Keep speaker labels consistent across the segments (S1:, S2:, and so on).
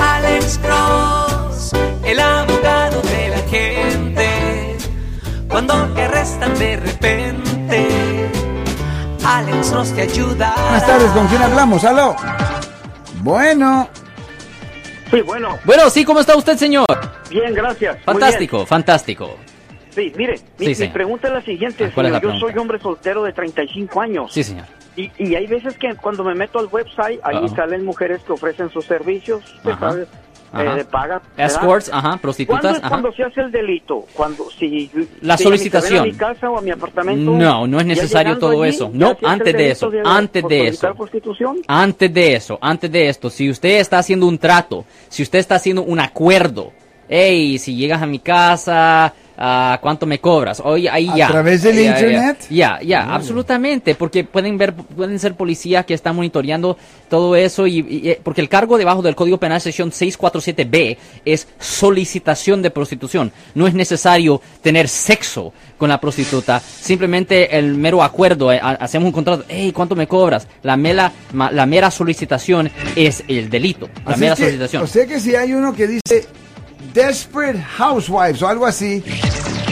S1: Alex Cross, el abogado de la gente. Cuando te arrestan de repente, Alex Cross te ayuda.
S2: Buenas tardes, ¿con quién hablamos? ¡Aló! Bueno,
S3: Sí, bueno,
S4: Bueno, sí, ¿cómo está usted, señor?
S3: bien, gracias. Muy
S4: Fantástico, fantástico.
S3: bien. Sí, mire, mi, mi
S4: señor.
S3: pregunta es la
S4: Ah,
S3: siguiente.
S4: ¿cuál
S3: señor.
S4: es la
S3: Yo soy
S4: pregunta?
S3: hombre soltero de 35 años.
S4: Sí, señor.
S3: Y, y hay veces que cuando me meto al website, ahí
S4: Ajá.
S3: salen mujeres que ofrecen sus servicios, usted
S4: Ajá.
S3: sabe, eh,
S4: Ajá.
S3: de paga. ¿verdad?
S4: Escorts, ajá,
S3: ¿Cuándo
S4: prostitutas,
S3: es
S4: ajá.
S3: cuando se hace el delito? Cuando si si
S4: La
S3: ella me
S4: solicitación.
S3: interviene a mi casa o a mi apartamento.
S4: No, no es
S3: ya
S4: necesario
S3: llegando
S4: todo
S3: allí,
S4: eso.
S3: ya
S4: No,
S3: se hace el
S4: antes de
S3: delito
S4: eso, antes
S3: por
S4: de
S3: solicitar
S4: eso.
S3: Constitución.
S4: Antes de eso, antes de esto, si usted está haciendo un trato, si usted está haciendo un acuerdo, hey, si llegas a mi casa, ah, ¿cuánto me cobras? Oye, ahí
S2: ¿A
S4: ya.
S2: través del
S4: Ya, ya,
S2: internet?
S4: Ya, ya,
S2: Ah.
S4: absolutamente, porque pueden ver, pueden ser policías que están monitoreando todo eso y, y- eh, porque el cargo debajo del Código Penal sección 647B es solicitación de prostitución. No es necesario tener sexo con la prostituta, simplemente el mero acuerdo, eh, ha- hacemos un contrato, hey, ¿cuánto me cobras? La mera, ma- la mera solicitación es el delito, la
S2: así
S4: mera
S2: es que-
S4: solicitación.
S2: o sea que si hay uno que dice Desperate Housewives o algo así,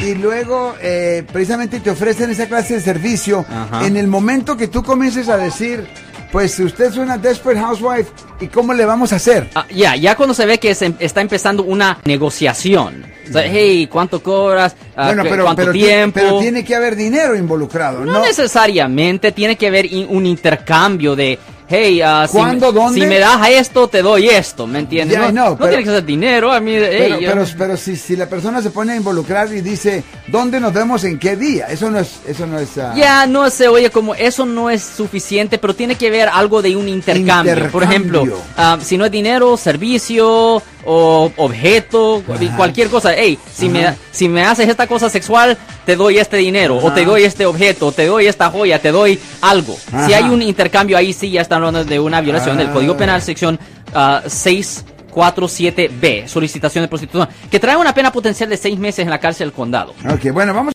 S2: y luego eh, precisamente te ofrecen esa clase de servicio,
S4: Ajá.
S2: en el momento que tú comiences a decir, pues si usted es una Desperate Housewife, ¿y cómo le vamos a hacer?
S4: Ah, ya, ya cuando se ve que se em- está empezando una negociación. O sea, hey, ¿cuánto cobras? Ah, cu- ¿Cuánto
S2: pero ti-
S4: tiempo?
S2: pero tiene que haber dinero involucrado,
S4: no,
S2: ¿no?
S4: necesariamente tiene que haber in- un intercambio de, hey, ah, si,
S2: ¿Cuándo,
S4: me-
S2: dónde?
S4: si me das esto, te doy esto, ¿me entiendes?
S2: Ya,
S4: no
S2: no, pero-
S4: tiene que ser dinero, a mí, hey,
S2: Pero,
S4: yo-
S2: pero, pero si, si la persona se pone a involucrar y dice, ¿dónde nos vemos en qué día? Eso no es... Eso no es ah,
S4: Ya, no se oye como eso no es suficiente, pero tiene que ver algo de un intercambio. Por
S2: Intercambio.
S4: ejemplo, ah, si no es dinero, servicio o objeto, y cualquier cosa. Hey, si me, si me haces esta cosa sexual, te doy este dinero, o te doy este objeto, o te doy esta joya, te doy algo. Si
S2: Ajá.
S4: hay un intercambio ahí, sí, ya están hablando de una violación del
S2: Ah.
S4: Código Penal, sección ah, 647B, solicitación de prostitución, que trae una pena potencial de seis meses en la cárcel del condado.
S2: Ok, bueno, vamos